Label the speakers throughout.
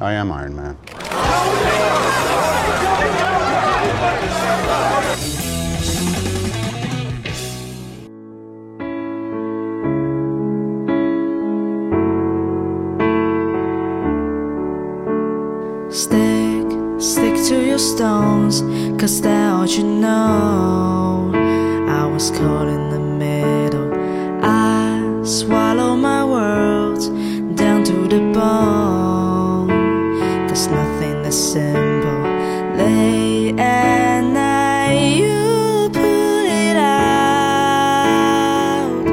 Speaker 1: I am Iron Man.
Speaker 2: Stick, stick to your stones, cause they're all you know. I was caught in the middle. I swallow my words down to the bone. Cause nothing is simple. Late at night, you put it out.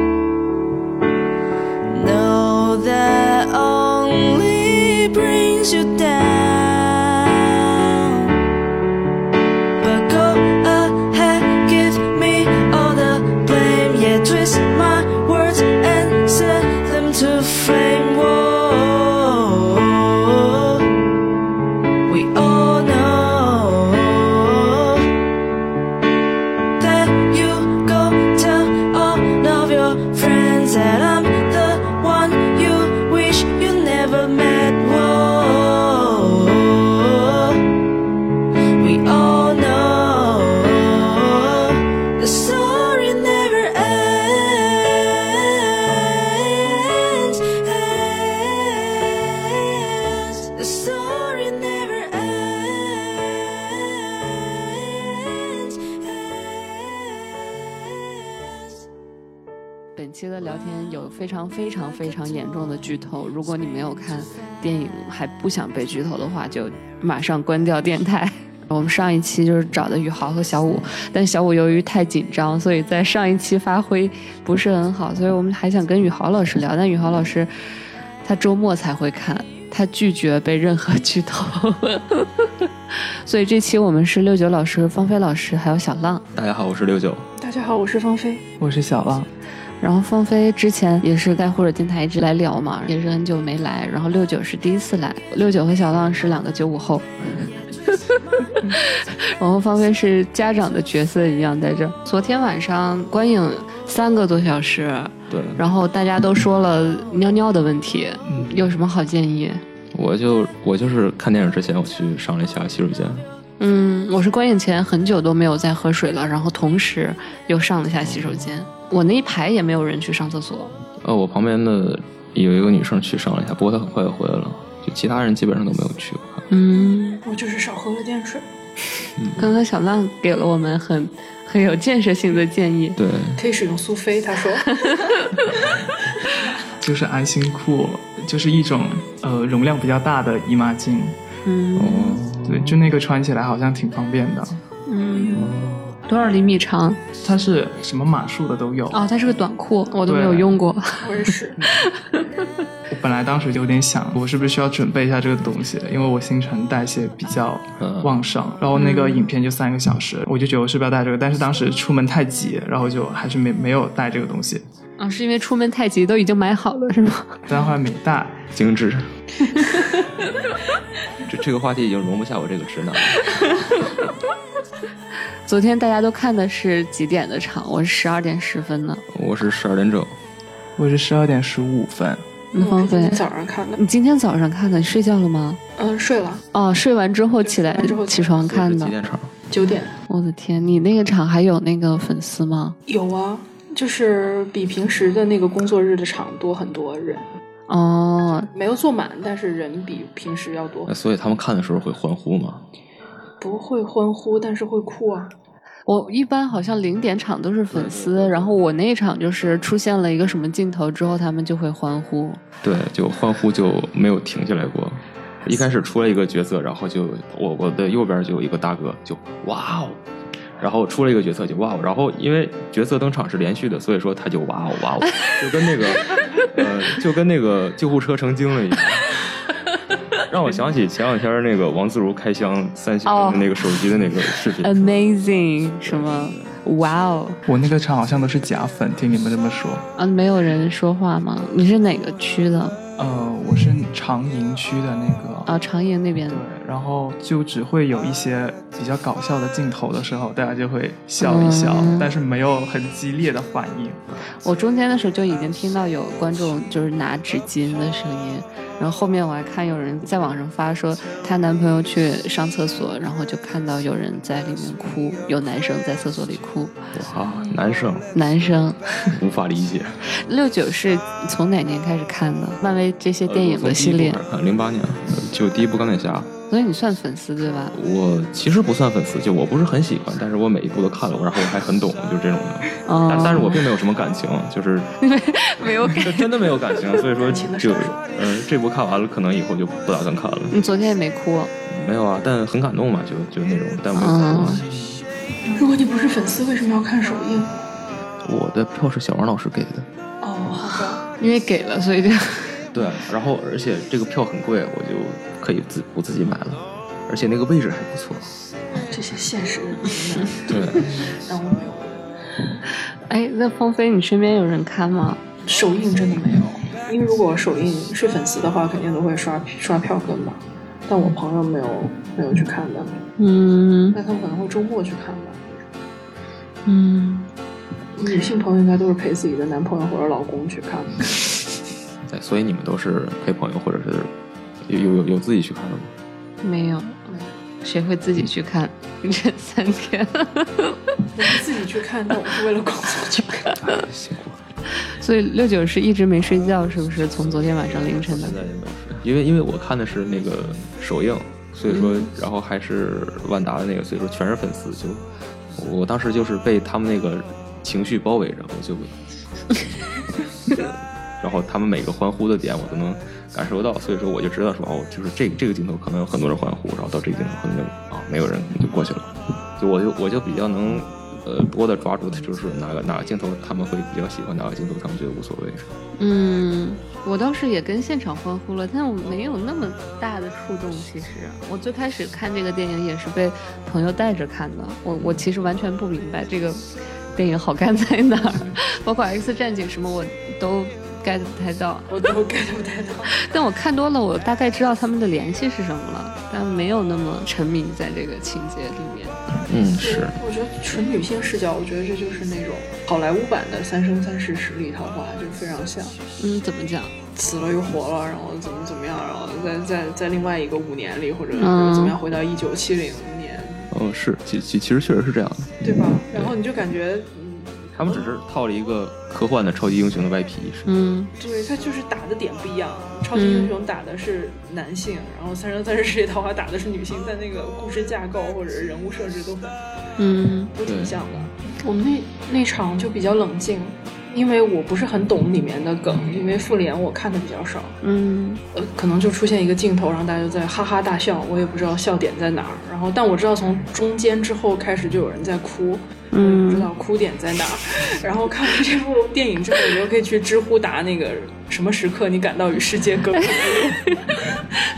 Speaker 2: Know that only brings you down. But go ahead, give me all the blame. Yeah, twist my words and set them to flame. Whoa. We all know that you go tell all of your friends that I'm the one you wish you never met. Whoa, we all know the story never ends. ends. The story never ends. ends.
Speaker 3: 本期的聊天有非常非常非常严重的剧透，如果你没有看电影还不想被剧透的话，就马上关掉电台。 我们上一期就是找的宇豪和小五，但小五由于太紧张，所以在上一期发挥不是很好，所以我们还想跟宇豪老师聊，但宇豪老师他周末才会看，他拒绝被任何剧透， 所以这期我们是六九老师、芳菲老师还有小浪。
Speaker 4: 大家好，我是六九。
Speaker 5: 大家好，我是芳菲。
Speaker 6: 我是小浪，
Speaker 3: 然后凤飞之前也是在或者电台一直来聊嘛，也是很久没来。然后六九是第一次来，六九和小浪是两个九五后， 然后芳菲是家长的角色一样在这儿。昨天晚上观影三个多小时，
Speaker 4: 对，
Speaker 3: 然后大家都说了尿尿的问题，有什么好建议？
Speaker 4: 我就我就是看电影之前，我去上了一下洗手间，
Speaker 3: 嗯，我是观影前很久都没有再喝水了，然后同时又上了一下洗手间。嗯我那一排也没有人去上厕所，
Speaker 4: 呃，我旁边的有一个女生去上了一下，不过她很快就回来了，就其他人基本上都没有去。我看
Speaker 3: 嗯。
Speaker 5: 我就是少喝了点水，
Speaker 3: 刚刚小浪给了我们很很有建设性的建议。
Speaker 4: 对，
Speaker 5: 可以使用苏菲。他说，
Speaker 6: 就是安心裤，就是一种呃容量比较大的姨妈巾，
Speaker 3: 嗯
Speaker 4: 哦，
Speaker 6: 对，就那个穿起来好像挺方便的。
Speaker 3: 嗯，多少厘米长？
Speaker 6: 它是什么码数的都有。
Speaker 3: 哦，它是个短裤，我都没
Speaker 6: 对
Speaker 3: 有用过。
Speaker 5: 我也是。
Speaker 6: 我本来当时就有点想，我是不是需要准备一下这个东西，因为我新陈代谢比较
Speaker 4: 嗯
Speaker 6: 旺盛。然后那
Speaker 3: 嗯
Speaker 6: 个影片就三个小时，我就觉得我是不是要带这个，但是当时出门太急，然后就还是没没有带这个东西，
Speaker 3: 啊，是因为出门太急，都已经买好了是吗？
Speaker 6: 但后来没带。
Speaker 4: 精致。 这这个话题已经容不下我这个直男了。
Speaker 3: 昨天大家都看的是几点的场？我是十二点十分的。
Speaker 4: 我是十二点整，
Speaker 6: 我是十二点十五分，
Speaker 3: 那
Speaker 5: 我
Speaker 3: 芳
Speaker 5: 是今
Speaker 3: 菲
Speaker 5: 天，早上看的，
Speaker 3: 你今天早上看的，你睡觉了吗？
Speaker 5: 嗯，睡了
Speaker 3: 哦，睡完之后起来
Speaker 5: 睡完之后
Speaker 3: 起床看
Speaker 4: 几
Speaker 3: 的。
Speaker 4: 点场？
Speaker 5: 九点。
Speaker 3: 我的天，你那个场还有那个粉丝吗？
Speaker 5: 有啊，就是比平时的那个工作日的场多很多人，
Speaker 3: 哦，
Speaker 5: 没有坐满，但是人比平时要多
Speaker 4: 呃。所以他们看的时候会欢呼吗？
Speaker 5: 不会欢呼，但是会哭啊。
Speaker 3: 我一般好像零点场都是粉丝，然后我那一场就是出现了一个什么镜头之后，他们就会欢呼。
Speaker 4: 对，就欢呼就没有停下来过。一开始出了一个角色，然后就我我的右边就有一个大哥，就哇哦，然后出了一个角色就哇哦，然后因为角色登场是连续的，所以说他就哇哦哇哦，就跟那个呃就跟那个救护车成精了一样。让我想起前两天那个王自如开箱三星
Speaker 3: 哦
Speaker 4: 的那个手机的那个视
Speaker 3: 呃
Speaker 4: 频，
Speaker 3: Amazing，什么？哇哦！
Speaker 6: 我那个场好像都是假粉，听你们这么说。
Speaker 3: 啊，没有人说话吗？你是哪个区的？
Speaker 6: 呃，我是长营区的那个
Speaker 3: 啊，长野那边
Speaker 6: 对，然后就只会有一些比较搞笑的镜头的时候，大家就会笑一笑，
Speaker 3: 嗯
Speaker 6: 但是没有很激烈的反应。
Speaker 3: 我中间的时候就已经听到有观众就是拿纸巾的声音，然后后面我还看有人在网上发说她男朋友去上厕所，然后就看到有人在里面哭，有男生在厕所里哭，
Speaker 4: 哇，男生
Speaker 3: 男生。
Speaker 4: 无法理解。
Speaker 3: 六九是从哪年开始看的？漫威这些电
Speaker 4: 呃
Speaker 3: 影的系列，
Speaker 4: 零八年呃就第一部钢铁侠，
Speaker 3: 所以你算粉丝对吧？
Speaker 4: 我其实不算粉丝，就我不是很喜欢，但是我每一部都看了，然后我还很懂，就这种的。
Speaker 3: 嗯
Speaker 4: 但但是我并没有什么感情， 就是
Speaker 3: 没有感。
Speaker 4: 这真的没有感情，所以说
Speaker 5: 情的
Speaker 4: 就
Speaker 5: 杀手
Speaker 4: 呃这部看完了，可能以后就不打算看了。
Speaker 3: 你昨天也没哭，哦
Speaker 4: 没有啊，但很感动嘛，就就那种，但我、
Speaker 3: 嗯
Speaker 5: 如果你不是粉丝，为什么要看首映？
Speaker 4: 我的票是小王老师给的。
Speaker 5: 哦，好吧，
Speaker 3: 因为给了，所以就
Speaker 4: 对，然后而且这个票很贵，我就可以自我自己买了，而且那个位置还不错。
Speaker 5: 这些现实，
Speaker 4: 对，
Speaker 5: 但我没有。
Speaker 3: 哎，那芳菲，你身边有人看吗？
Speaker 5: 首映真的没有，因为如果首映是粉丝的话，肯定都会刷刷票根嘛。但我朋友没有没有去看的，
Speaker 3: 嗯
Speaker 5: 那他们可能会周末去看吧。
Speaker 3: 嗯，
Speaker 5: 女性朋友应该都是陪自己的男朋友或者老公去看的。
Speaker 4: 哎，所以你们都是陪朋友或者是有有有有自己去看的吗？
Speaker 3: 没有，谁会自己去看？ 这三天，
Speaker 5: 我是自己去看，但我是为了工作去看。
Speaker 4: 哎，辛苦了。
Speaker 3: 所以六九是一直没睡觉，是不是？从昨天晚上凌晨的
Speaker 4: 现，在也没有睡，因为因为我看的是那个首映，所以说，然后还是万达的那个，所以说全是粉丝，就我当时就是被他们那个情绪包围着，我 就，然后他们每个欢呼的点我都能感受到，所以说我就知道说哦，就是这这个镜头可能有很多人欢呼，然后到这个镜头可能就啊没有人就过去了，就我就我就比较能。呃，多的抓住的就是哪个哪个镜头他们会比较喜欢，哪个镜头他们觉得无所谓。
Speaker 3: 嗯，我倒是也跟现场欢呼了，但我没有那么大的触动。其实我最开始看这个电影也是被朋友带着看的，我我其实完全不明白这个电影好看在哪儿， 包括《X 战警》什么我都 get 不太到。
Speaker 5: 我都 get 不太到。
Speaker 3: 但我看多了，我大概知道他们的联系是什么了，但没有那么沉迷在这个情节里面。
Speaker 4: 嗯，是。
Speaker 5: 我觉得纯女性视角，我觉得这就是那种好莱坞版的《三生三世十里桃花》，就非常像，
Speaker 3: 嗯，怎么讲？
Speaker 5: 死了又活了，然后怎么怎么样，然后在在在另外一个五年里，或者
Speaker 3: 嗯
Speaker 5: 或者怎么样，回到一九七零年，
Speaker 4: 哦，是，其其其实确实是这样的。
Speaker 5: 嗯对吧？然后你就感觉，嗯，
Speaker 4: 他们只是套了一个科幻的超级英雄的外皮，是
Speaker 3: 嗯
Speaker 5: 对他就是打的点不一样，超级英雄打的是男性，然后《三生三世十里桃花》打的是女性，但那个故事架构或者人物设置都很
Speaker 3: 嗯
Speaker 5: 都挺
Speaker 4: 对
Speaker 5: 像的。我们那那场就比较冷静，因为我不是很懂里面的梗，因为复联我看的比较少，
Speaker 3: 嗯
Speaker 5: 呃，可能就出现一个镜头，然后大家就在哈哈大笑，我也不知道笑点在哪儿。然后，但我知道从中间之后开始就有人在哭，我也不知道哭点在哪儿。 然后看完这部电影之后，你就可以去知乎答那个什么时刻你感到与世界隔绝。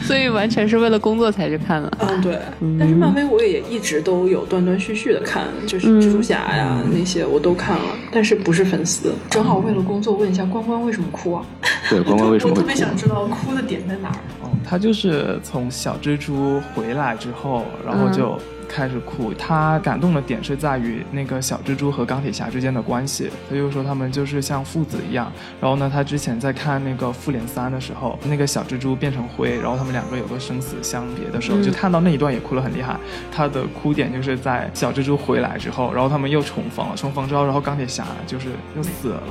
Speaker 3: 所以完全是为了工作才去看的。
Speaker 5: 嗯，对。但是漫威我也一直都有断断续续的看，就是
Speaker 3: 嗯
Speaker 5: 蜘蛛侠呀、那些我都看了，但是不是粉丝。正好为了工作问一下关关为什么哭啊？
Speaker 4: 对，关关为什么
Speaker 5: 我
Speaker 4: 会
Speaker 5: 特别想
Speaker 4: 哭？
Speaker 5: 知道哭的点在哪儿。
Speaker 6: 哦，他就是从小蜘蛛回来之后，然后就开始哭。他感动的点是在于那个小蜘蛛和钢铁侠之间的关系。他就说他们就是像父子一样。然后呢，他之前在看那个复联三的时候，那个小蜘蛛变成灰，然后他们两个有个生死相别的时候，
Speaker 3: 嗯
Speaker 6: 就看到那一段也哭了很厉害。他的哭点就是在小蜘蛛回来之后，然后他们又重逢了，重逢之后，然后钢铁侠就是又死了。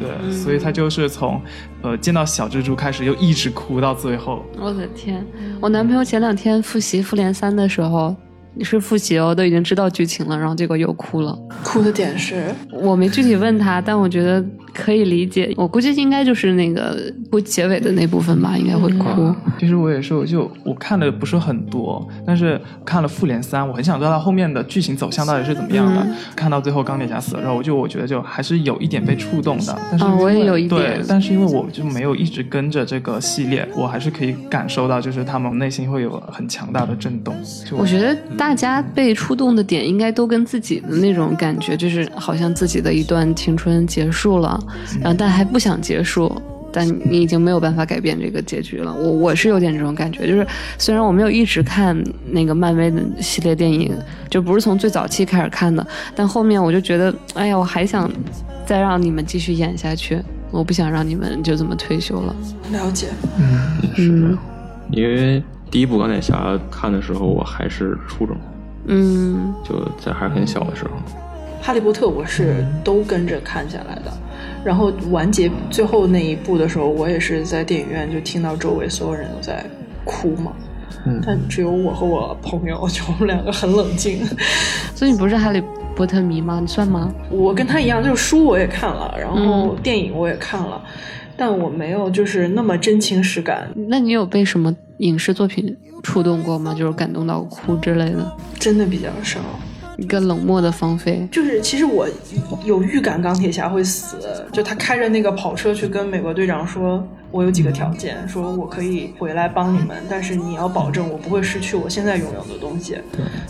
Speaker 6: 对，
Speaker 3: 嗯
Speaker 6: 所以他就是从，呃，见到小蜘蛛开始，又一直哭到最后，
Speaker 3: 我的天！我男朋友前两天复习《复联三》的时候，是复习哦，都已经知道剧情了，然后结果又哭了。
Speaker 5: 哭的点是
Speaker 3: 我没具体问他，但我觉得可以理解。我估计应该就是那个不结尾的那部分吧，应该会哭。
Speaker 6: 其实我也是，我就我看的不是很多，但是看了《复联三》，我很想知道它后面的剧情走向到底是怎么样的。
Speaker 3: 嗯
Speaker 6: 看到最后钢铁侠死了之后，我就我觉得就还是有一点被触动的，但是
Speaker 3: 啊
Speaker 6: 因为、
Speaker 3: 我也有一点
Speaker 6: 对，但是因为我就没有一直跟着这个系列，我还是可以感受到，就是他们内心会有很强大的震动。就
Speaker 3: 我觉得大家被触动的点应该都跟自己的那种感觉，就是好像自己的一段青春结束了，然后但还不想结束。但你已经没有办法改变这个结局了。我我是有点这种感觉，就是虽然我没有一直看那个漫威的系列电影，就不是从最早期开始看的，但后面我就觉得，哎呀，我还想再让你们继续演下去，我不想让你们就这么退休了。
Speaker 5: 了解，
Speaker 3: 嗯
Speaker 4: 因为第一部钢铁侠看的时候，我还是初中，
Speaker 3: 嗯
Speaker 4: 就在还是很小的时候。
Speaker 5: 哈利波特我是都跟着看下来的，然后完结最后那一部的时候，我也是在电影院就听到周围所有人都在哭嘛，
Speaker 4: 嗯
Speaker 5: 但只有我和我朋友，就我们两个很冷静。
Speaker 3: 所以你不是哈利波特迷吗？你算吗？
Speaker 5: 我跟他一样，就是书我也看了，然后
Speaker 3: 嗯
Speaker 5: 电影我也看了，但我没有就是那么真情实感，
Speaker 3: 那你有被什么影视作品触动过吗？就是感动到哭之类的？
Speaker 5: 真的比较少。
Speaker 3: 一个冷漠的芳菲，
Speaker 5: 就是其实我有预感钢铁侠会死，就他开着那个跑车去跟美国队长说，我有几个条件，说我可以回来帮你们，但是你要保证我不会失去我现在拥有的东西。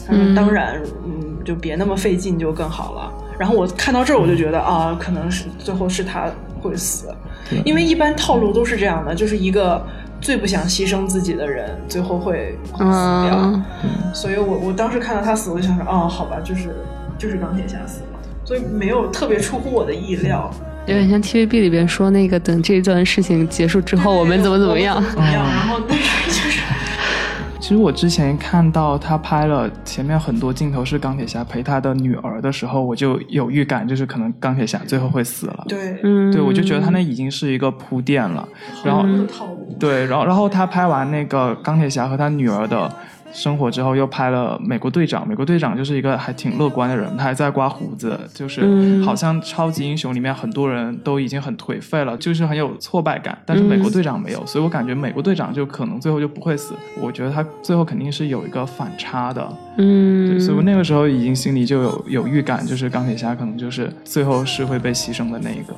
Speaker 5: 他说
Speaker 3: 嗯
Speaker 5: 当然，嗯，就别那么费劲就更好了。然后我看到这儿我就觉
Speaker 3: 嗯
Speaker 5: 得啊，可能是最后是他会死，因为一般套路都是这样的，就是一个最不想牺牲自己的人最后会死掉。
Speaker 3: 嗯，
Speaker 5: 所以我我当时看到他死，我就想说，哦，好吧，就是就是钢铁侠死了，所以没有特别出乎我的意料。
Speaker 3: 有点像 TVB 里边说那个，等这段事情结束之后，我嗯们怎么怎么样嗯
Speaker 5: 我们？怎么怎么样？然后但是就是
Speaker 6: 其实我之前看到他拍了前面很多镜头是钢铁侠陪他的女儿的时候，我就有预感，就是可能钢铁侠最后会死了。
Speaker 5: 对，
Speaker 3: 嗯，
Speaker 6: 对，我就觉得他那已经是一个铺垫了。然后，
Speaker 5: 很多套路。
Speaker 6: 对，然后然后他拍完那个钢铁侠和他女儿的生活之后，又拍了美国队长。美国队长就是一个还挺乐观的人，他还在刮胡子，就是
Speaker 3: 嗯
Speaker 6: 好像超级英雄里面很多人都已经很颓废了，就是很有挫败感。但是美
Speaker 3: 嗯
Speaker 6: 国队长没有，所以我感觉美国队长就可能最后就不会死。我觉得他最后肯定是有一个反差的，对，
Speaker 3: 嗯，
Speaker 6: 所以我那个时候已经心里就有有预感，就是钢铁侠可能就是最后是会被牺牲的那一个。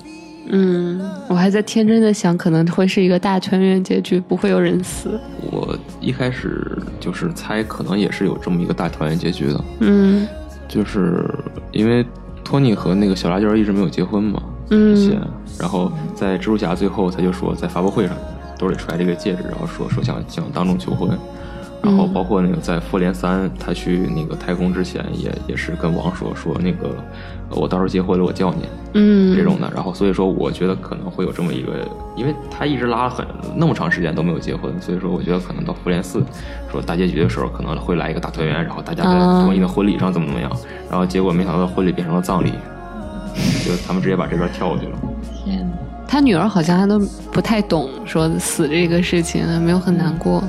Speaker 3: 嗯，我还在天真的想，可能会是一个大全员结局，不会有人死。
Speaker 4: 我一开始就是猜，可能也是有这么一个大团圆结局的，
Speaker 3: 嗯
Speaker 4: 就是因为托尼和那个小辣椒一直没有结婚嘛，
Speaker 3: 嗯
Speaker 4: 之前，然后在蜘蛛侠最后他就说在发布会上兜里揣着一个戒指，然后说说想想当众求婚，然
Speaker 3: 嗯
Speaker 4: 后包括那个在复联三他去那个太空之前也也是跟王说说那个呃我到时候结婚了我叫你，
Speaker 3: 嗯，
Speaker 4: 这种的。然后所以说，我觉得可能会有这么一个，因为他一直拉了很那么长时间都没有结婚，所以说我觉得可能到复联四说大结局的时候，可能会来一个大团圆，然后大家在
Speaker 3: 啊
Speaker 4: 同意的婚礼上怎么怎么样，然后结果没想到婚礼变成了葬礼，就他们直接把这边跳过去了。
Speaker 3: 天呐他女儿好像还都不太懂说死这个事情，没有很难过。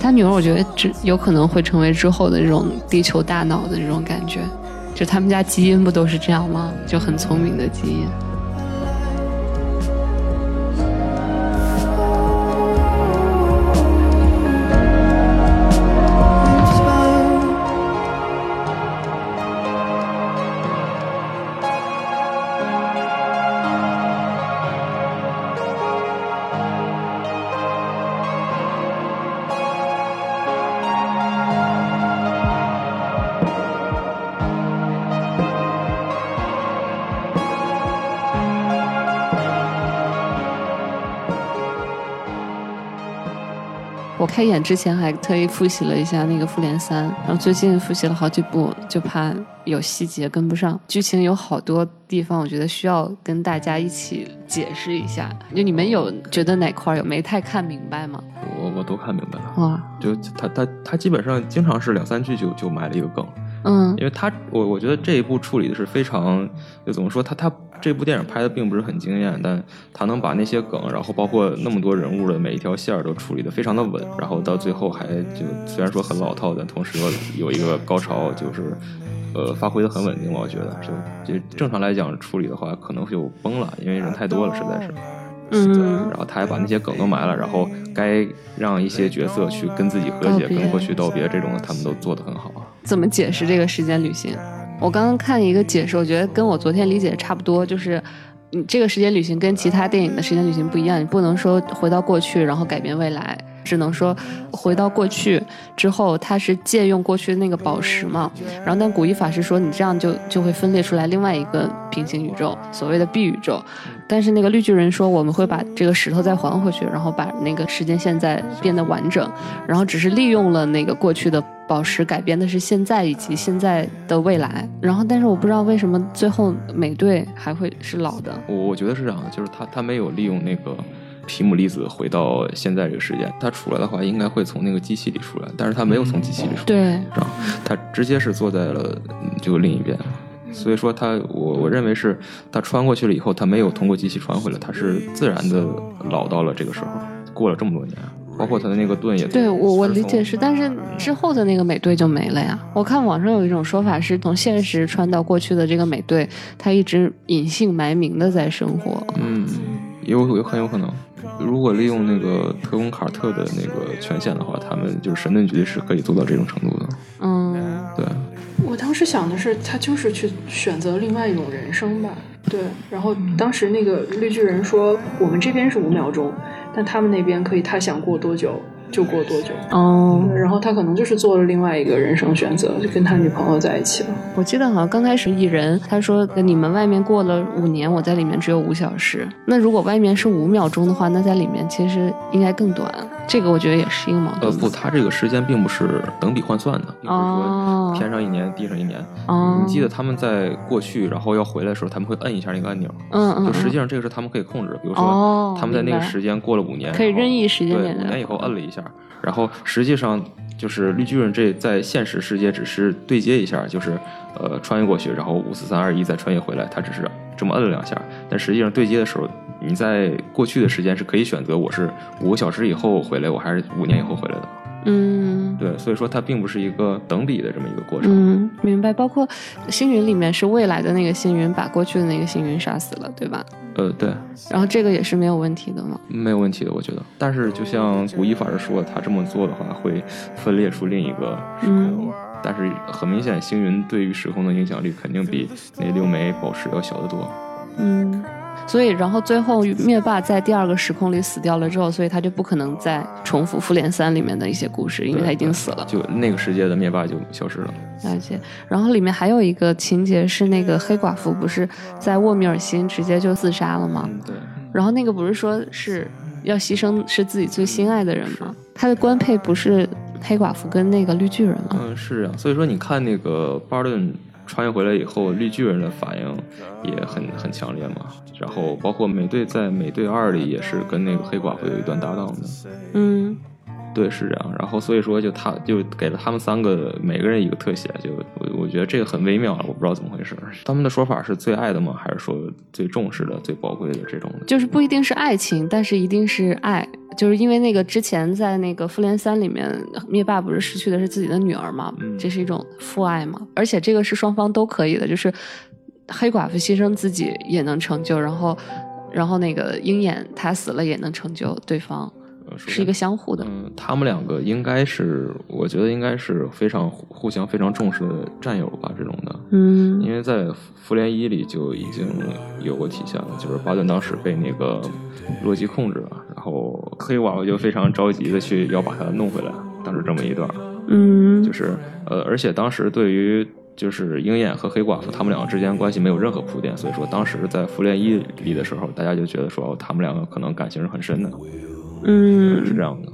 Speaker 3: 他女儿，我觉得只有可能会成为之后的这种地球大脑的这种感觉，就他们家基因不都是这样吗？就很聪明的基因。我开演之前还特意复习了一下那个《复联三》，然后最近复习了好几部，就怕有细节跟不上。剧情有好多地方，我觉得需要跟大家一起解释一下。就你们有觉得哪块儿有没太看明白吗？
Speaker 4: 我我都看明白了，
Speaker 3: 哇，
Speaker 4: 就他他他基本上经常是两三句就就埋了一个梗，
Speaker 3: 嗯
Speaker 4: 因为他我我觉得这一部处理的是非常，就怎么说他他这部电影拍的并不是很惊艳，但他能把那些梗，然后包括那么多人物的每一条线儿都处理的非常的稳，然后到最后还就虽然说很老套，但同时又有一个高潮，就是呃发挥的很稳定吧，我觉得就就正常来讲处理的话可能就崩了，因为人太多了实在是。
Speaker 3: 嗯
Speaker 4: 然后他还把那些梗都埋了，然后该让一些角色去跟自己和解、
Speaker 3: 道别
Speaker 4: 跟过去道别这种的，他们都做得很好。啊
Speaker 3: 怎么解释这个时间旅行？我刚刚看一个解释，我觉得跟我昨天理解的差不多，就是。你这个时间旅行跟其他电影的时间旅行不一样，你不能说回到过去然后改变未来，只能说回到过去之后，他是借用过去那个宝石嘛。然后，但古一法师说，你这样就就会分裂出来另外一个平行宇宙，所谓的 B 宇宙。但是那个绿巨人说，我们会把这个石头再还回去，然后把那个时间线再变得完整，然后只是利用了那个过去的宝石改编的是现在以及现在的未来。然后，但是我不知道为什么最后美队还会是老的。
Speaker 4: 我我觉得是这样的，就是他他没有利用那个皮姆粒子回到现在这个时间，他出来的话应该会从那个机器里出来，但是他没有从机器里出来，
Speaker 3: 对，
Speaker 4: 然后他直接是坐在了嗯就另一边。
Speaker 3: 嗯
Speaker 4: 所以说他，我我认为是他穿过去了以后，他没有通过机器穿回来，他是自然的老到了这个时候，过了这么多年，包括他的那个盾也
Speaker 3: 对我我理解
Speaker 4: 从
Speaker 3: 是，但是之后的那个美队就没了呀。我看网上有一种说法是，从现实穿到过去的这个美队，他一直隐姓埋名的在生活。
Speaker 4: 嗯，有有很有可能。如果利用那个特工卡特的那个权限的话，他们就是神盾局是可以做到这种程度的。
Speaker 3: 嗯，
Speaker 4: 对，
Speaker 5: 我当时想的是，他就是去选择另外一种人生吧。对，然后当时那个绿巨人说，我们这边是五秒钟，但他们那边可以，他想过多久就过多久。嗯
Speaker 3: 哦，
Speaker 5: 然后他可能就是做了另外一个人生选择，就跟他女朋友在一起了。
Speaker 3: 我记得好像刚开始蚁人他说你们外面过了五年，我在里面只有五小时。那如果外面是五秒钟的话，那在里面其实应该更短。这个我觉得也是一个矛
Speaker 4: 呃
Speaker 3: 盾。
Speaker 4: 不，他这个时间并不是等比换算的，并不是说天上一年地上一年。
Speaker 3: 哦
Speaker 4: 你，记得他们在过去然后要回来的时候，他们会摁一下那个按钮，
Speaker 3: 嗯嗯
Speaker 4: 就实
Speaker 3: 嗯
Speaker 4: 际上这个是他们可以控制的。比如
Speaker 3: 哦
Speaker 4: 说他们在那
Speaker 3: 明
Speaker 4: 个
Speaker 3: 白
Speaker 4: 时间过了五年，
Speaker 3: 可以
Speaker 4: 然后
Speaker 3: 任意时间
Speaker 4: 对
Speaker 3: 点的
Speaker 4: 五年以后摁了一下，然后实际上就是绿巨人这在现实世界只是对接一下，就是呃穿越过去，然后五四三二一再穿越回来，他只是这么摁了两下，但实际上对接的时候，你在过去的时间是可以选择我是五个小时以后回来，我还是五年以后回来的。
Speaker 3: 嗯。
Speaker 4: 对，所以说它并不是一个等比的这么一个过程。
Speaker 3: 嗯，明白。包括星云里面是未来的那个星云把过去的那个星云杀死了，对吧？
Speaker 4: 呃，对，
Speaker 3: 然后这个也是没有问题的嘛。
Speaker 4: 没有问题的，我觉得。但是就像古一法师说，他这么做的话会分裂出另一个时空。
Speaker 3: 嗯
Speaker 4: 但是很明显，星云对于时空的影响力肯定比那六枚宝石要小得多。
Speaker 3: 嗯，所以然后最后灭霸在第二个时空里死掉了之后，所以他就不可能再重复复联三里面的一些故事，因为他已经死了。
Speaker 4: 就那个世界的灭霸就消失了。
Speaker 3: 了解。然后里面还有一个情节是那个黑寡妇不是在沃米尔星直接就自杀了吗？
Speaker 4: 嗯，对，
Speaker 3: 然后那个不是说是要牺牲是自己最心爱的人吗？他的官配不是黑寡妇跟那个绿巨人吗？
Speaker 4: 嗯，是啊。所以说，你看那个巴顿穿越回来以后，绿巨人的反应也很很强烈嘛。然后包括美队在《美队二》里也是跟那个黑寡妇有一段搭档的。
Speaker 3: 嗯，
Speaker 4: 对，是这样。然后所以说，就他就给了他们三个每个人一个特写，就我我觉得这个很微妙，啊我不知道怎么回事。他们的说法是最爱的吗？还是说最重视的、最宝贵的这种的？
Speaker 3: 就是不一定是爱情，但是一定是爱。就是因为那个之前在那个《复联三》里面，灭霸不是失去的是自己的女儿嘛，
Speaker 4: 嗯
Speaker 3: 这是一种父爱嘛，而且这个是双方都可以的，就是黑寡妇牺牲自己也能成就，然后，然后那个鹰眼他死了也能成就对方，
Speaker 4: 呃首先
Speaker 3: 是一个相互的。
Speaker 4: 嗯，他们两个应该是，我觉得应该是非常互互相非常重视的战友吧，这种的。
Speaker 3: 嗯
Speaker 4: 因为在《复联一》里就已经有过体现了，就是巴顿当时被那个洛基控制了，然后黑寡妇就非常着急的去要把他弄回来，当时这么一段。
Speaker 3: 嗯
Speaker 4: 就是呃，而且当时对于就是鹰眼和黑寡妇他们两个之间关系没有任何铺垫，所以说当时在复联一里的时候，大家就觉得说、哦他们两个可能感情是很深的，是
Speaker 3: 嗯
Speaker 4: 这样的。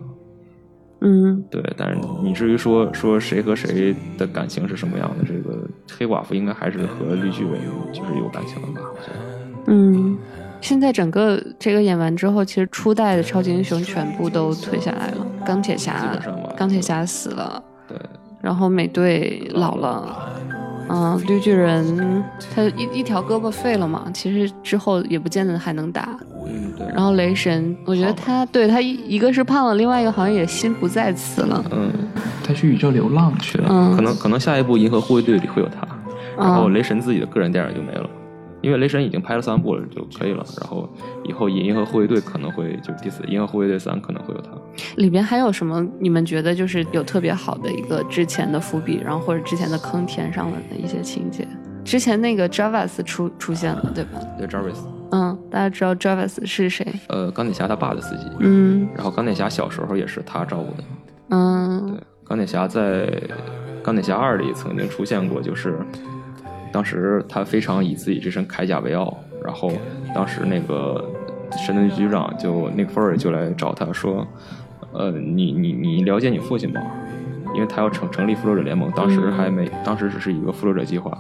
Speaker 3: 嗯，
Speaker 4: 对，但是你至于说说谁和谁的感情是什么样的，这个黑寡妇应该还是和绿巨人就是有感情的吧？我觉得
Speaker 3: 嗯，现在整个这个演完之后，其实初代的超级英雄全部都退下来了，钢铁
Speaker 4: 基
Speaker 3: 侠
Speaker 4: 本上吧，
Speaker 3: 钢铁侠死了，
Speaker 4: 对，
Speaker 3: 然后美队老了，嗯、绿巨人他一一条胳膊废了嘛，其实之后也不见得还能打。
Speaker 4: 嗯对，
Speaker 3: 然后雷神，我觉得他对他一一个是胖了，另外一个好像也心不在此了。
Speaker 4: 嗯，
Speaker 6: 他去宇宙流浪去了。
Speaker 3: 嗯
Speaker 4: 可能可能下一部《银河护卫队》里会有他，然后
Speaker 3: 嗯
Speaker 4: 雷神自己的个人电影就没了，因为雷神已经拍了三部了就可以了。然后以后《银河护卫队》可能会就第四，《银河护卫队三》可能会有他。
Speaker 3: 里边还有什么？你们觉得就是有特别好的一个之前的伏笔，然后或者之前的坑填上了的一些情节？之前那个 Jarvis 出出现了，对吧？
Speaker 4: 对，Jarvis，
Speaker 3: 嗯，大家知道 Jarvis 是谁？
Speaker 4: 呃，钢铁侠他爸的司机，
Speaker 3: 嗯
Speaker 4: 然后钢铁侠小时候也是他照顾的。
Speaker 3: 嗯
Speaker 4: 钢铁侠在《钢铁侠二》里曾经出现过，就是当时他非常以自己这身铠甲为傲，然后当时那个神盾局长就 Nick Fury 就来找他说：“呃，你你你了解你父亲吗？因为他要成成立复仇者联盟，当时还没，当时只是一个复仇者计划。”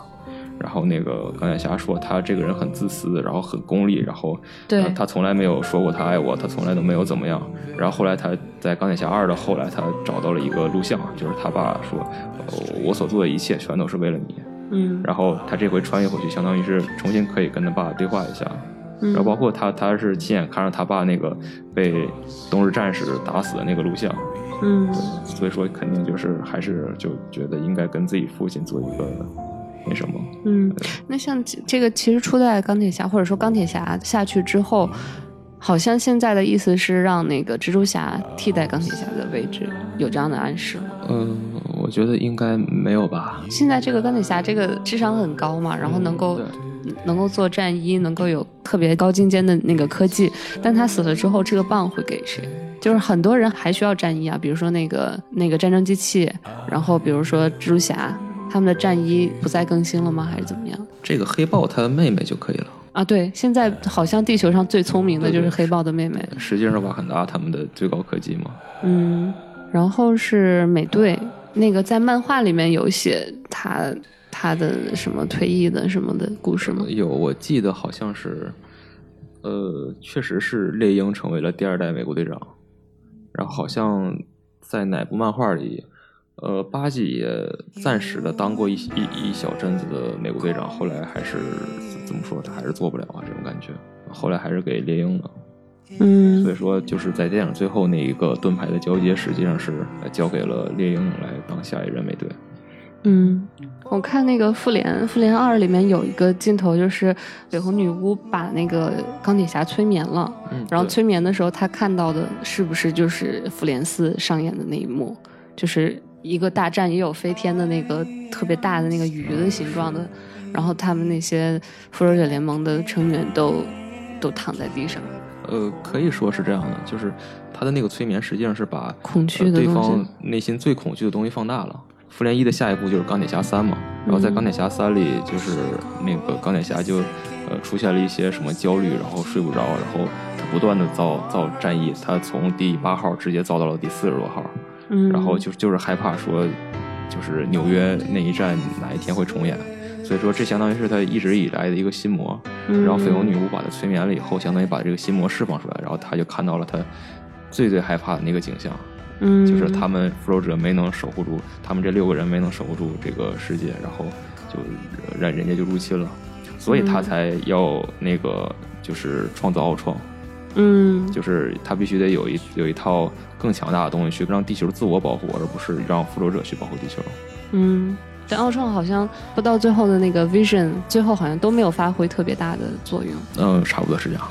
Speaker 4: 然后那个钢铁侠说他这个人很自私，然后很功利，然后
Speaker 3: 对
Speaker 4: 呃他从来没有说过他爱我，他从来都没有怎么样。然后后来他在钢铁侠二的后来，他找到了一个录像，就是他爸说，呃我所做的一切全都是为了你。
Speaker 3: 嗯
Speaker 4: 然后他这回穿越回去，相当于是重新可以跟他爸对话一下。
Speaker 3: 嗯
Speaker 4: 然后包括他，他是亲眼看着他爸那个被冬日战士打死的那个录像，
Speaker 3: 嗯
Speaker 4: 所以说肯定就是还是就觉得应该跟自己父亲做一个那什么。
Speaker 3: 嗯。那像这这个，其实初代钢铁侠或者说钢铁侠下去之后，好像现在的意思是让那个蜘蛛侠替代钢铁侠的位置，有这样的暗示吗？
Speaker 4: 嗯，我觉得应该没有吧。
Speaker 3: 现在这个钢铁侠这个智商很高嘛，然后能够、能够做战衣，能够有特别高精尖的那个科技，但他死了之后，这个棒会给谁？就是很多人还需要战衣啊，比如说那个那个战争机器，然后比如说蜘蛛侠，他们的战衣不再更新了吗？还是怎么样？
Speaker 4: 这个黑豹他妹妹就可以了。
Speaker 3: 啊，对，现在好像地球上最聪明的就是黑豹的妹妹，
Speaker 4: 实际上是瓦坎达他们的最高科技嘛。
Speaker 3: 嗯，然后是美队，那个在漫画里面有写他他的什么退役的什么的故事吗？
Speaker 4: 有，我记得好像是，呃，确实是猎鹰成为了第二代美国队长，然后好像在哪部漫画里，呃，巴基也暂时的当过一一一小阵子的美国队长，后来还是怎么说，他还是做不了啊，这种感觉，后来还是给猎鹰了。
Speaker 3: 嗯
Speaker 4: 所以说，就是在电影最后那一个盾牌的交接，实际上是呃交给了猎鹰来当下一任美队。
Speaker 3: 嗯，我看那个《复联》《复联二》里面有一个镜头，就是绯红女巫把那个钢铁侠催眠了，
Speaker 4: 嗯
Speaker 3: 然后
Speaker 4: 对
Speaker 3: 催眠的时候，他看到的是不是就是《复联四》上演的那一幕，就是一个大战也有飞天的那个特别大的那个鱼的形状的，然后他们那些复仇者联盟的成员都都躺在地上，
Speaker 4: 呃，可以说是这样的，就是他的那个催眠实际上是把
Speaker 3: 恐惧
Speaker 4: 呃
Speaker 3: 的
Speaker 4: 对
Speaker 3: 东西
Speaker 4: 方内心最恐惧的东西放大了。复联一的下一步就是钢铁侠三嘛，然后在
Speaker 3: 嗯
Speaker 4: 钢铁侠三里，就是那个钢铁侠就呃出现了一些什么焦虑，然后睡不着，然后他不断的造造战役，他从第八号直接造到了第四十多号，
Speaker 3: 嗯，
Speaker 4: 然后就就是害怕说，就是纽约那一战哪一天会重演，所以说这相当于是他一直以来的一个心魔。
Speaker 3: 嗯
Speaker 4: 然后绯红女巫把他催眠了以后，相当于把这个心魔释放出来，然后他就看到了他最最害怕的那个景象，
Speaker 3: 嗯
Speaker 4: 就是他们复仇者没能守护住，他们这六个人没能守护住这个世界，然后就呃让人家就入侵了，所以他
Speaker 3: 嗯
Speaker 4: 才要那个就是创造奥创。
Speaker 3: 嗯
Speaker 4: 就是他必须得有一有一套更强大的东西去让地球自我保护，而不是让复仇者去保护地球。
Speaker 3: 嗯，但奥创好像不到最后的那个 Vision，最后好像都没有发挥特别大的作用。
Speaker 4: 嗯，差不多是这样。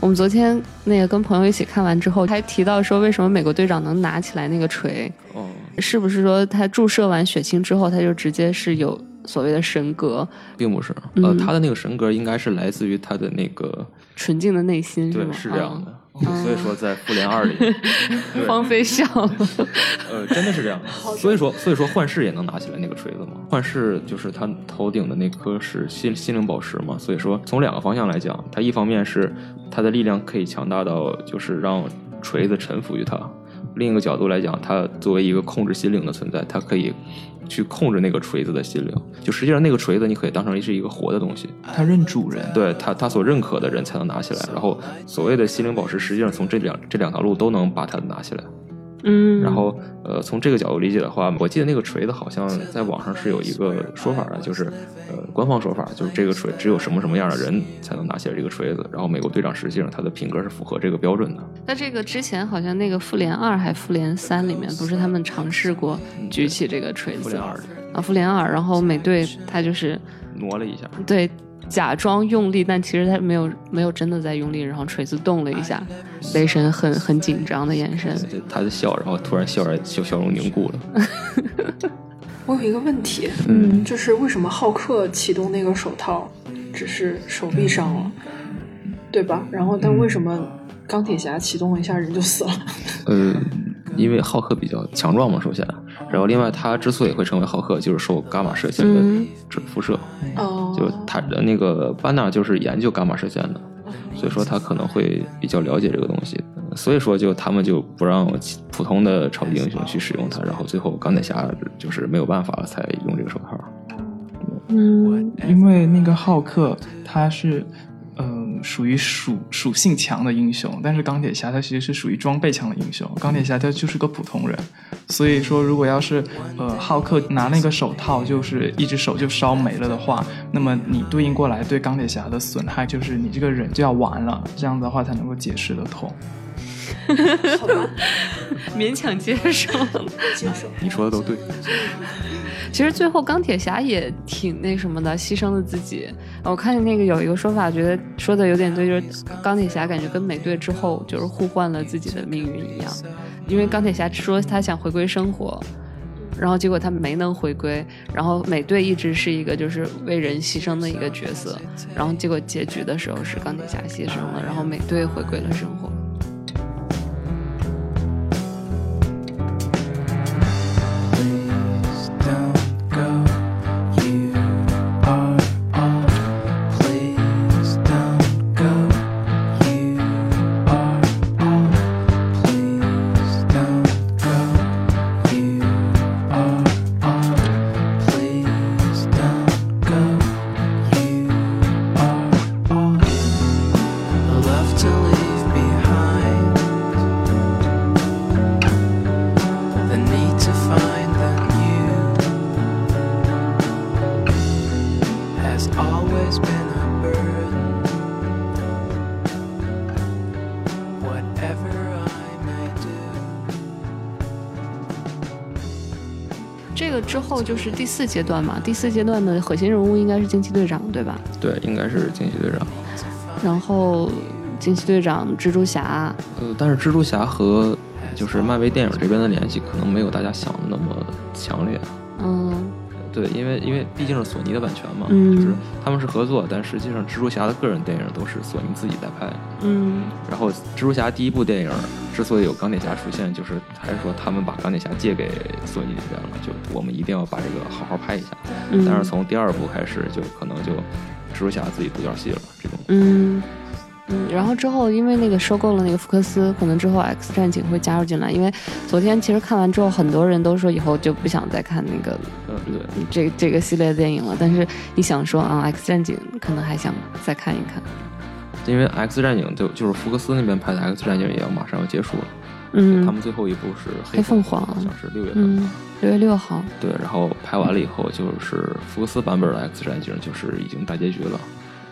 Speaker 3: 我们昨天那个跟朋友一起看完之后，还提到说为什么美国队长能拿起来那个锤，
Speaker 4: 哦，
Speaker 3: 是不是说他注射完血清之后，他就直接是有所谓的神格，
Speaker 4: 并不是，呃，
Speaker 3: 嗯
Speaker 4: 他的那个神格应该是来自于他的那个，
Speaker 3: 纯净的内心是
Speaker 4: 对，
Speaker 3: 吗？
Speaker 4: 是这样
Speaker 3: 啊。
Speaker 4: 的。所以说，在复联二里，对
Speaker 3: 荒废笑，
Speaker 4: 呃，真的是这样的。所以说，所以说幻视也能拿起来那个锤子嘛？幻视就是他头顶的那颗是心心灵宝石嘛。所以说，从两个方向来讲，它一方面是它的力量可以强大到就是让锤子臣服于它；另一个角度来讲，它作为一个控制心灵的存在，它可以去控制那个锤子的心灵。就实际上，那个锤子你可以当成是一个活的东西，
Speaker 6: 他认主人，
Speaker 4: 对他他所认可的人才能拿起来。然后，所谓的心灵宝石，实际上从这两这两条路都能把它拿起来。
Speaker 3: 嗯，
Speaker 4: 然后呃，从这个角度理解的话，我记得那个锤子好像在网上是有一个说法的，就是呃官方说法，就是这个锤只有什么什么样的人才能拿起来这个锤子。然后美国队长实际上他的品格是符合这个标准的。
Speaker 3: 那这个之前好像那个复联二还复联三里面不是他们尝试过举起这个锤子，
Speaker 4: 嗯复联二
Speaker 3: 啊，复联二，然后美队他就是
Speaker 4: 挪了一下，
Speaker 3: 对假装用力，但其实他没有没有真的在用力，然后锤子动了一下，
Speaker 4: 哎
Speaker 3: 雷神很很紧张的眼神，
Speaker 4: 对他的笑，然后突然笑笑笑容凝固了。
Speaker 5: 我有一个问题，
Speaker 3: 嗯，
Speaker 5: 就是为什么浩克启动那个手套只是手臂伤了？对吧？然后但为什么钢铁侠启动了一下人就死了？
Speaker 4: 呃，因为浩克比较强壮嘛，首先，然后另外他之所以会成为浩克，就是受伽马射线的
Speaker 3: 嗯
Speaker 4: 这辐射，
Speaker 5: 哦、
Speaker 4: 就他的那个班纳就是研究伽马射线的，所以说他可能会比较了解这个东西，所以说就他们就不让其普通的超级英雄去使用它，然后最后钢铁侠就是没有办法了才用这个手套。
Speaker 3: 嗯
Speaker 6: 因为那个浩克他是，嗯、属于属属性强的英雄，但是钢铁侠他其实是属于装备强的英雄。钢铁侠他就是个普通人，所以说如果要是呃浩克拿那个手套就是一只手就烧没了的话，那么你对应过来对钢铁侠的损害就是你这个人就要完了，这样的话才能够解释得通。
Speaker 5: 哦好吧，
Speaker 3: 勉强接受。
Speaker 5: 接受。
Speaker 4: 你说的都对，
Speaker 3: 其实最后钢铁侠也挺那什么的，牺牲了自己。我看见那个有一个说法，觉得说的有点对，就是钢铁侠感觉跟美队之后就是互换了自己的命运一样，因为钢铁侠说他想回归生活。然后结果他没能回归，然后美队一直是一个就是为人牺牲的一个角色，然后结果结局的时候是钢铁侠牺牲了，然后美队回归了生活。
Speaker 1: Love to leave behind the need to find that you has always been a burden. Whatever I may do,
Speaker 3: 这个之后就是第四阶段嘛，第四阶段的核心人物应该是惊奇队长，对吧？
Speaker 4: 对，应该是惊奇队长。
Speaker 3: 然后惊奇队长、蜘蛛侠，
Speaker 4: 呃，但是蜘蛛侠和就是漫威电影这边的联系可能没有大家想的那么强烈。
Speaker 3: 嗯
Speaker 4: 对，因为因为毕竟是索尼的版权嘛，
Speaker 3: 嗯
Speaker 4: 就是他们是合作，但实际上蜘蛛侠的个人电影都是索尼自己在拍。
Speaker 3: 嗯
Speaker 4: 然后蜘蛛侠第一部电影之所以有钢铁侠出现，就是还是说他们把钢铁侠借给索尼这边了，就我们一定要把这个好好拍一下。
Speaker 3: 嗯，
Speaker 4: 但是从第二部开始，就可能就蜘蛛侠自己独角戏了这种。
Speaker 3: 嗯嗯，然后之后因为那个收购了那个福克斯，可能之后 X 战警会加入进来，因为昨天其实看完之后，很多人都说以后就不想再看那个
Speaker 4: 嗯，对。
Speaker 3: 这这个系列电影了，但是一想说啊，X 战警可能还想再看一看，
Speaker 4: 因为《X 战警》就就是福克斯那边拍的《X 战警》也要马上要结束了，
Speaker 3: 嗯
Speaker 4: 他们最后一部是
Speaker 3: 黑凤凰
Speaker 4: 好像是六月份。
Speaker 3: 嗯，六月六号，
Speaker 4: 对，然后拍完了以后，就是福克斯版本的《X 战警》就是已经大结局了，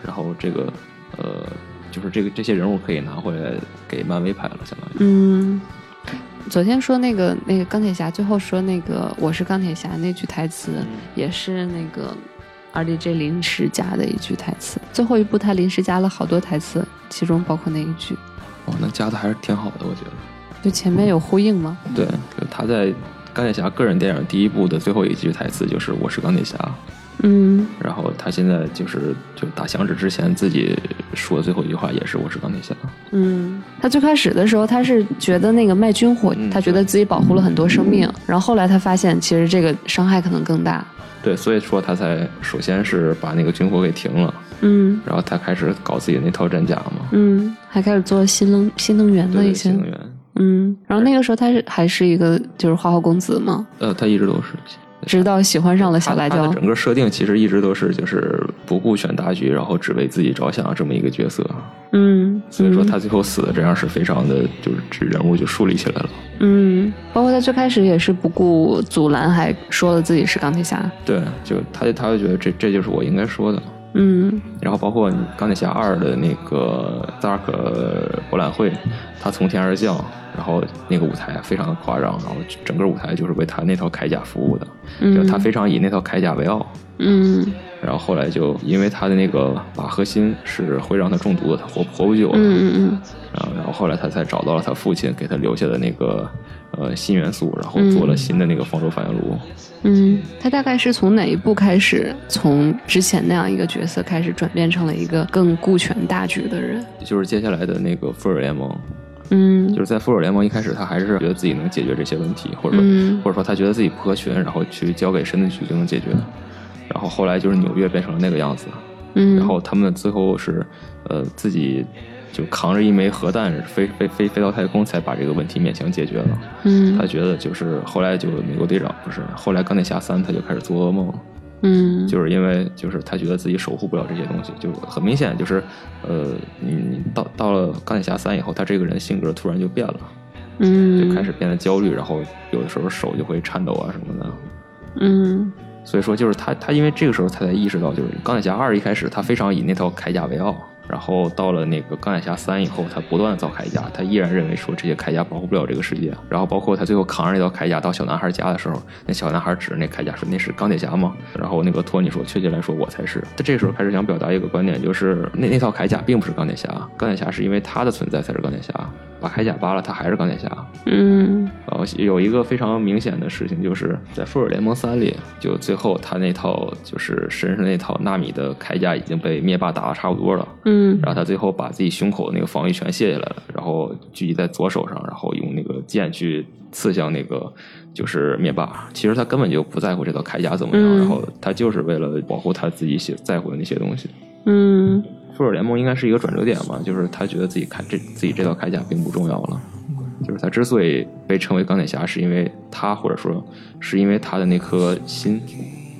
Speaker 4: 然后这个呃，就是这个这些人物可以拿回来给漫威拍了，相当于。
Speaker 3: 嗯，昨天说那个那个钢铁侠，最后说那个我是钢铁侠那句台词，
Speaker 4: 嗯
Speaker 3: 也是那个 R D J 临时加的一句台词。最后一部他临时加了好多台词，其中包括那一句，
Speaker 4: 哦，那加的还是挺好的，我觉得。
Speaker 3: 就前面有呼应吗？
Speaker 4: 对，就他在钢铁侠个人电影第一部的最后一句台词就是“我是钢铁侠
Speaker 3: 嗯”，
Speaker 4: 然后他现在就是就打响指之前自己说的最后一句话也是“我是钢铁侠”。
Speaker 3: 嗯，他最开始的时候他是觉得那个卖军火，
Speaker 4: 嗯
Speaker 3: 他觉得自己保护了很多生命，然后后来他发现其实这个伤害可能更大。
Speaker 4: 对，所以说他才首先是把那个军火给停了，
Speaker 3: 嗯
Speaker 4: 然后他开始搞自己那套战甲嘛，
Speaker 3: 嗯，还开始做新能新能源了
Speaker 4: 对，
Speaker 3: 已
Speaker 4: 新
Speaker 3: 经
Speaker 4: 能。源，
Speaker 3: 嗯，然后那个时候他是还是一个就是花花公子嘛，
Speaker 4: 呃，他一直都是。
Speaker 3: 直到喜欢上了小
Speaker 4: 他
Speaker 3: 辣
Speaker 4: 他
Speaker 3: 椒
Speaker 4: 的。整个设定其实一直都是就是不顾全大局，然后只为自己着想这么一个角色，啊
Speaker 3: 嗯，
Speaker 4: 所以说他最后死的这样是非常的，就是这人物就树立起来了。
Speaker 3: 嗯，嗯包括他最开始也是不顾阻拦，还说了自己是钢铁侠。
Speaker 4: 对，就他他就觉得这这就是我应该说的。
Speaker 3: 嗯
Speaker 4: 然后包括你钢铁侠二的那个萨尔克博览会，他从天而降，然后那个舞台非常的夸张，然后整个舞台就是为他那套铠甲服务的，就他非常以那套铠甲为傲。
Speaker 3: 嗯
Speaker 4: 然后后来就因为他的那个靶核心是会让他中毒的，他活活不久了。
Speaker 3: 嗯嗯
Speaker 4: 啊，然后后来他才找到了他父亲给他留下的那个呃新元素，然后做了
Speaker 3: 嗯
Speaker 4: 新的那个方舟反应炉。
Speaker 3: 嗯，他大概是从哪一步开始，从之前那样一个角色开始转变成了一个更顾全大局的人？
Speaker 4: 就是接下来的那个复仇者联盟，
Speaker 3: 嗯
Speaker 4: 就是在复仇者联盟一开始，他还是觉得自己能解决这些问题，或者说、
Speaker 3: 嗯
Speaker 4: 或者说他觉得自己不合群，然后去交给神盾局就能解决。然后后来就是纽约变成了那个样子，
Speaker 3: 嗯，
Speaker 4: 然后他们最后是呃自己就扛着一枚核弹飞飞飞飞到太空，才把这个问题勉强解决了。
Speaker 3: 嗯
Speaker 4: 他觉得就是后来就美国队长不是后来钢铁侠三他就开始做噩梦了，
Speaker 3: 嗯
Speaker 4: 就是因为就是他觉得自己守护不了这些东西，就很明显就是呃你你到到了钢铁侠三以后，他这个人性格突然就变了，
Speaker 3: 嗯
Speaker 4: 就开始变得焦虑，然后有的时候手就会颤抖啊什么的。
Speaker 3: 嗯
Speaker 4: 所以说，就是他，他因为这个时候他才意识到，就是钢铁侠二一开始他非常以那套铠甲为傲，然后到了那个钢铁侠三以后，他不断的造铠甲，他依然认为说这些铠甲保护不了这个世界。然后包括他最后扛着那套铠甲到小男孩家的时候，那小男孩指着那铠甲说：“那是钢铁侠吗？”然后那个托尼说：“确切来说，我才是。”他这时候开始想表达一个观点，就是那那套铠甲并不是钢铁侠，钢铁侠是因为他的存在才是钢铁侠，把铠甲扒了，他还是钢铁侠。
Speaker 3: 嗯
Speaker 4: 然后有一个非常明显的事情，就是在《复仇者联盟三》里，就最后他那套就是身上那套纳米的铠甲已经被灭霸打的差不多了，
Speaker 3: 嗯
Speaker 4: 然后他最后把自己胸口的那个防御全卸下来了，然后聚集在左手上，然后用那个剑去刺向那个就是灭霸。其实他根本就不在乎这套铠甲怎么样，
Speaker 3: 嗯
Speaker 4: 然后他就是为了保护他自己喜在乎的那些东西。
Speaker 3: 嗯
Speaker 4: 复仇者联盟应该是一个转折点嘛，就是他觉得自己铠这自己这套铠甲并不重要了，就是他之所以被称为钢铁侠，是因为他或者说是因为他的那颗心，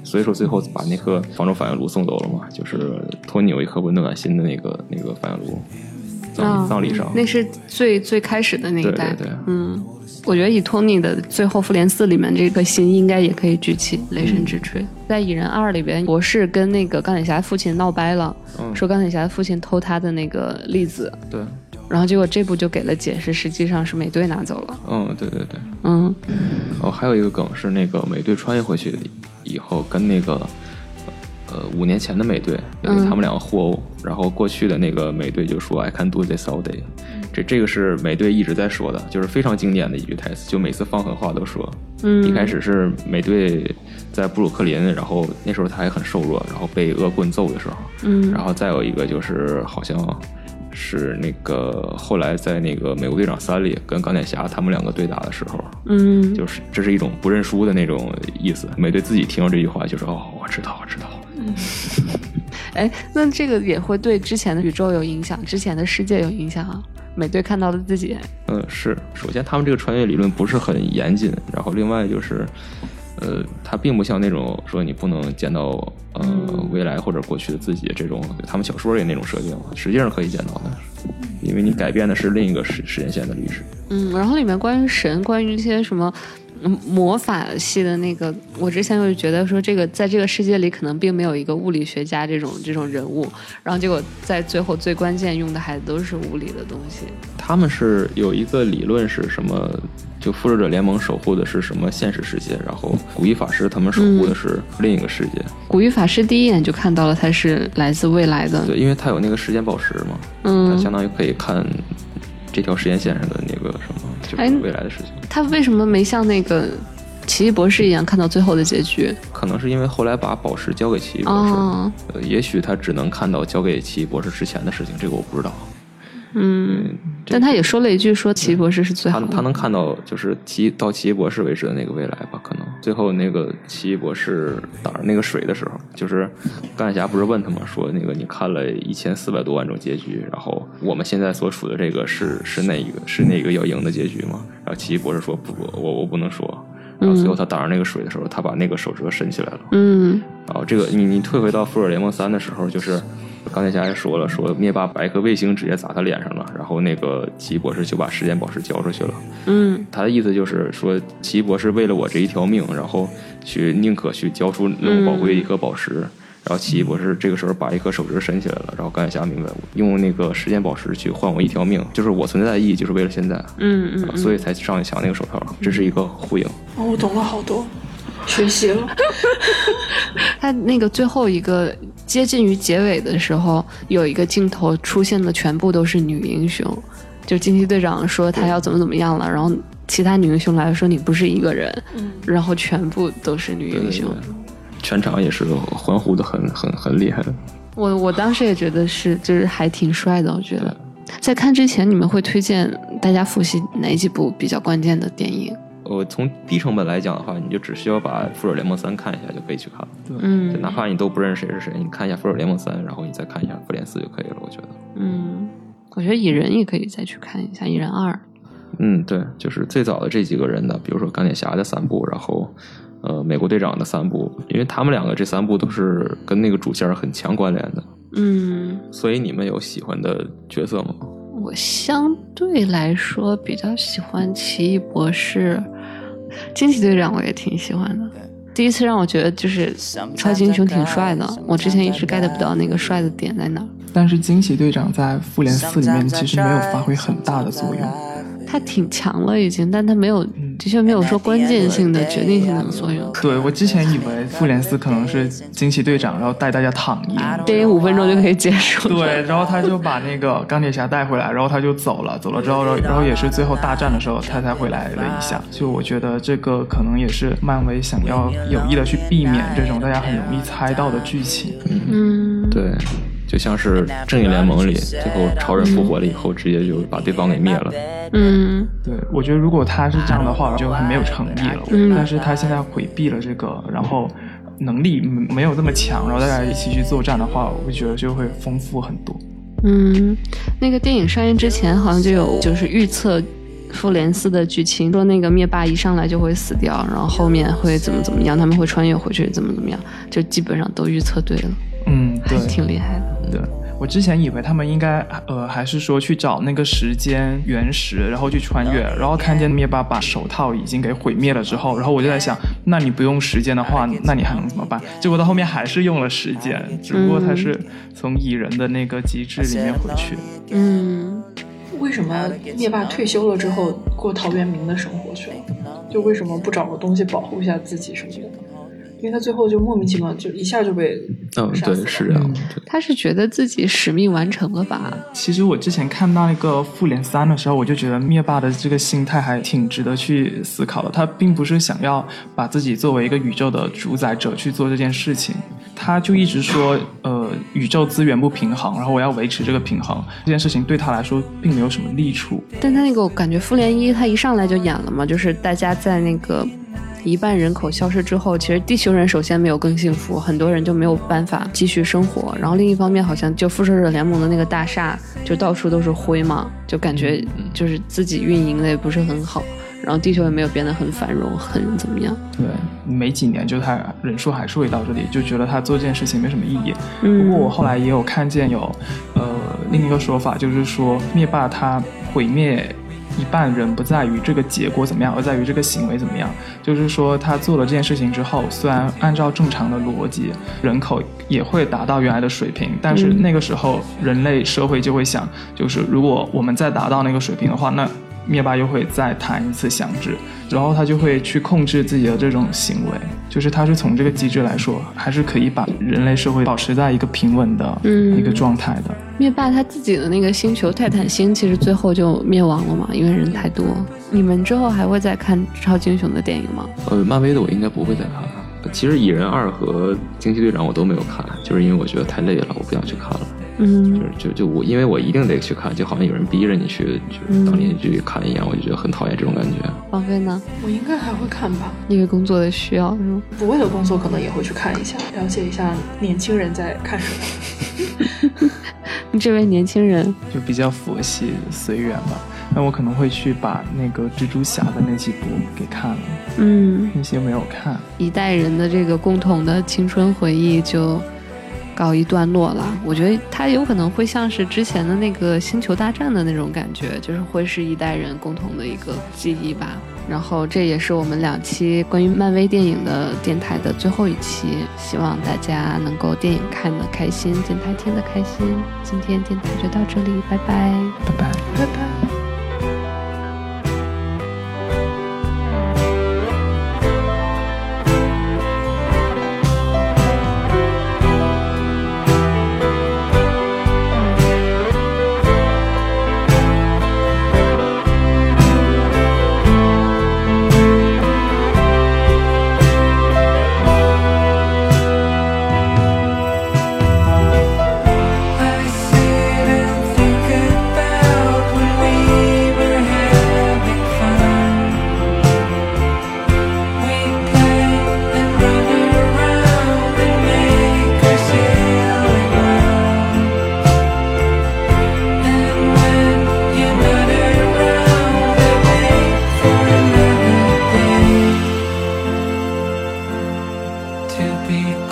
Speaker 4: 所以说最后把那颗防守反应炉送走了嘛，就是托尼有一颗温暖心的那个那个反应炉，葬
Speaker 3: 哦
Speaker 4: 礼葬礼上，
Speaker 3: 那是最最开始的那一
Speaker 4: 对
Speaker 3: 代。
Speaker 4: 对对
Speaker 3: 嗯，我觉得以托尼的最后《复联四》里面这颗心，应该也可以举起雷神之
Speaker 4: 嗯
Speaker 3: 锤。在《蚁人二》里边，博士跟那个钢铁侠父亲闹掰了，
Speaker 4: 嗯
Speaker 3: 说钢铁侠的父亲偷他的那个粒子，
Speaker 4: 对，
Speaker 3: 然后结果这部就给了解释，实际上是美队拿走了。
Speaker 4: 嗯对对对，
Speaker 3: 嗯
Speaker 4: 哦还有一个梗是那个美队穿越回去以后跟那个。呃，五年前的美队，
Speaker 3: 嗯
Speaker 4: 他们两个互殴，然后过去的那个美队就说 “I can do this all day”，这这个是美队一直在说的，就是非常经典的一句台词，就每次放狠话都说。
Speaker 3: 嗯，
Speaker 4: 一开始是美队在布鲁克林，然后那时候他还很瘦弱，然后被恶棍揍的时候，
Speaker 3: 嗯，
Speaker 4: 然后再有一个就是好像是那个后来在那个美国队长三里跟钢铁侠他们两个对打的时候，
Speaker 3: 嗯
Speaker 4: 就是这是一种不认输的那种意思。美队自己听到这句话就是哦，我知道，我知道。
Speaker 3: 哎，那这个也会对之前的宇宙有影响，之前的世界有影响啊。美队看到了自己，
Speaker 4: 嗯，是。首先，他们这个穿越理论不是很严谨，然后另外就是，呃，它并不像那种说你不能见到呃未来或者过去的自己这种，他们小说里那种设定，实际上可以见到的，因为你改变的是另一个时时间线的历史。
Speaker 3: 嗯，然后里面关于神，关于一些什么。嗯魔法系的那个，我之前就觉得说这个在这个世界里可能并没有一个物理学家这种这种人物，然后结果在最后最关键用的还都是物理的东西。
Speaker 4: 他们是有一个理论是什么？就复仇者联盟守护的是什么现实世界，然后古一法师他们守护的是另一个世界。
Speaker 3: 古玉法师第一眼就看到了他是来自未来的，
Speaker 4: 对，因为他有那个时间宝石嘛，他相
Speaker 3: 嗯，
Speaker 4: 当于可以看这条时间线上的那个什么，就
Speaker 3: 哎
Speaker 4: 是未来的事情。
Speaker 3: 他为什么没像那个奇异博士一样看到最后的结局？
Speaker 4: 可能是因为后来把宝石交给奇异博士，
Speaker 3: 哦，
Speaker 4: 呃也许他只能看到交给奇异博士之前的事情，这个我不知道。啊
Speaker 3: 嗯，
Speaker 4: 这
Speaker 3: 但他也说了一句说奇异博士是最
Speaker 4: 他
Speaker 3: 好
Speaker 4: 他
Speaker 3: 的，
Speaker 4: 能看到就是奇到奇异博士为止的那个未来吧？可能最后那个奇异博士打那个水的时候，就是钢铁侠不是问他吗？说那个你看了一千四百多万种结局，然后我们现在所处的这个是是那一个是那个要赢的结局吗？然后奇异博士说不，我我不能说。然后最后他打上那个水的时候，他把那个手指头伸起来了。
Speaker 3: 嗯
Speaker 4: 然啊后这个你你退回到复仇者联盟三的时候，就是钢铁侠也说了，说灭霸把一颗卫星直接砸他脸上了，然后那个奇异博士就把时间宝石交出去了。
Speaker 3: 嗯
Speaker 4: 他的意思就是说，奇异博士为了我这一条命，然后去宁可去交出那么宝贵的一颗宝石，然后奇异博士这个时候把一颗手指伸起来了，然后钢铁侠明白，用那个时间宝石去换我一条命，就是我存在的意义就是为了现在，
Speaker 3: 嗯嗯
Speaker 4: 啊所以才上去抢那个手套，这是一个呼应。
Speaker 5: 哦，我懂了好多，学习了。
Speaker 3: 他那个最后一个接近于结尾的时候，有一个镜头出现的全部都是女英雄，就惊奇队长说他要怎么怎么样了，然后其他女英雄来说你不是一个人，
Speaker 5: 嗯，
Speaker 3: 然后全部都是女英雄。
Speaker 4: 全场也是欢呼的很很很厉害，
Speaker 3: 我我当时也觉得是，就是还挺帅的，我觉得。在看之前，你们会推荐大家复习哪几部比较关键的电影？
Speaker 4: 呃，从低成本来讲的话，你就只需要把《复仇联盟三》看一下就可以去看了。就
Speaker 3: 嗯
Speaker 4: 哪怕你都不认识谁是谁，你看一下《复仇联盟三》，然后你再看一下《复联四》就可以了。我觉得，
Speaker 3: 嗯，我觉得《蚁人》也可以再去看一下，《蚁人二》。
Speaker 4: 嗯，对，就是最早的这几个人呢，比如说钢铁侠的三部，然后呃美国队长的三部，因为他们两个这三部都是跟那个主线很强关联的。
Speaker 3: 嗯，
Speaker 4: 所以你们有喜欢的角色吗？
Speaker 3: 我相对来说比较喜欢奇异博士、惊奇队长，我也挺喜欢的。第一次让我觉得就是超级英雄挺帅的，我之前一直 get 不到那个帅的点在哪儿。
Speaker 6: 但是惊奇队长在复联四里面其实没有发挥很大的作用。
Speaker 3: 他挺强了已经，但他没有，
Speaker 6: 嗯
Speaker 3: 的确没有说关键性的、决定性的作用。
Speaker 6: 对我之前以为复联四可能是惊奇队长，然后带大家躺赢。
Speaker 3: 电影五分钟就可以结束。
Speaker 6: 对，，然后他就把那个钢铁侠带回来，然后他就走了，走了之后，然后然后也是最后大战的时候他才回来了一下。就我觉得这个可能也是漫威想要有意的去避免这种大家很容易猜到的剧情。
Speaker 3: 嗯，
Speaker 4: 对，就像是正义联盟里，最后超人复活了以后，直接就把对方给灭了。
Speaker 3: 嗯，
Speaker 6: 对，我觉得如果他是这样的话，我就很没有诚意了。
Speaker 3: 嗯
Speaker 6: 但是他现在回避了这个，然后能力没有那么强，然后大家一起去作战的话，我会觉得就会丰富很多。
Speaker 3: 嗯，那个电影上映之前好像就有就是预测复联四的剧情，说那个灭霸一上来就会死掉，然后后面会怎么怎么样，他们会穿越回去怎么怎么样，就基本上都预测对了，
Speaker 6: 嗯，
Speaker 3: 还
Speaker 6: 对，
Speaker 3: 挺厉害的。
Speaker 6: 对，我之前以为他们应该呃，还是说去找那个时间原石，然后去穿越，然后看见灭霸把手套已经给毁灭了之后，然后我就在想，那你不用时间的话，那你还能怎么办？结果到后面还是用了时间，只不过他是从蚁人的那个机制里面回去。
Speaker 3: 嗯，
Speaker 5: 为什么灭霸退休了之后过陶渊明的生活去了？就为什么不找个东西保护一下自己什么的？因为他最后就莫名其妙就一下就被
Speaker 4: 嗯，
Speaker 5: 杀
Speaker 4: 对
Speaker 5: 死，了
Speaker 4: 是这样。对
Speaker 3: 他是觉得自己使命完成了吧？
Speaker 6: 其实我之前看到那个复联三的时候，我就觉得灭霸的这个心态还挺值得去思考的。他并不是想要把自己作为一个宇宙的主宰者去做这件事情，他就一直说，呃，宇宙资源不平衡，然后我要维持这个平衡。这件事情对他来说并没有什么利处。
Speaker 3: 但他那个我感觉复联一他一上来就演了嘛，就是大家在那个一半人口消失之后，其实地球人首先没有更幸福，很多人就没有办法继续生活。然后另一方面，好像就复仇者联盟的那个大厦就到处都是灰嘛，就感觉就是自己运营的也不是很好。然后地球也没有变得很繁荣，很怎么样？
Speaker 6: 对，没几年就他人数还是会到这里，就觉得他做这件事情没什么意义。
Speaker 3: 嗯
Speaker 6: 不过我后来也有看见有，呃，另一个说法就是说，灭霸他毁灭一半人不在于这个结果怎么样，而在于这个行为怎么样。就是说，他做了这件事情之后，虽然按照正常的逻辑，人口也会达到原来的水平，但是
Speaker 3: 嗯
Speaker 6: 那个时候人类社会就会想，就是如果我们再达到那个水平的话，那灭霸又会再弹一次响指，然后他就会去控制自己的这种行为，就是他是从这个机制来说，还是可以把人类社会保持在一个平稳的
Speaker 3: 嗯
Speaker 6: 一个状态的。
Speaker 3: 灭霸他自己的那个星球泰坦星，其实最后就灭亡了嘛，因为人太多。你们之后还会再看超级英雄的电影吗？
Speaker 4: 呃，漫威的我应该不会再看了。其实《蚁人二》和《惊奇队长》我都没有看，就是因为我觉得太累了，我不想去看了。
Speaker 3: 嗯
Speaker 4: 就是就就我，因为我一定得去看，就好像有人逼着你去，就是当连续剧看一样，我就觉得很讨厌这种感觉。
Speaker 3: 王菲呢？
Speaker 5: 我应该还会看吧，
Speaker 3: 因为工作的需要，是吗？
Speaker 5: 不为了工作可能也会去看一下，了解一下年轻人在看什么。
Speaker 3: 这位年轻人，
Speaker 6: 就比较佛系随缘吧。那我可能会去把那个蜘蛛侠的那几部给看了，
Speaker 3: 嗯，
Speaker 6: 那些没有看。
Speaker 3: 一代人的这个共同的青春回忆就告一段落了。我觉得他有可能会像是之前的那个《星球大战》的那种感觉，就是会是一代人共同的一个记忆吧。然后这也是我们两期关于漫威电影的电台的最后一期，希望大家能够电影看得开心，电台听得开心。今天电台就到这里，拜拜。
Speaker 6: 拜拜。
Speaker 7: 拜拜。
Speaker 2: I sit and think about when we were having fun. We played and run around and make our silly run. And when you're not around, I wait for another day to be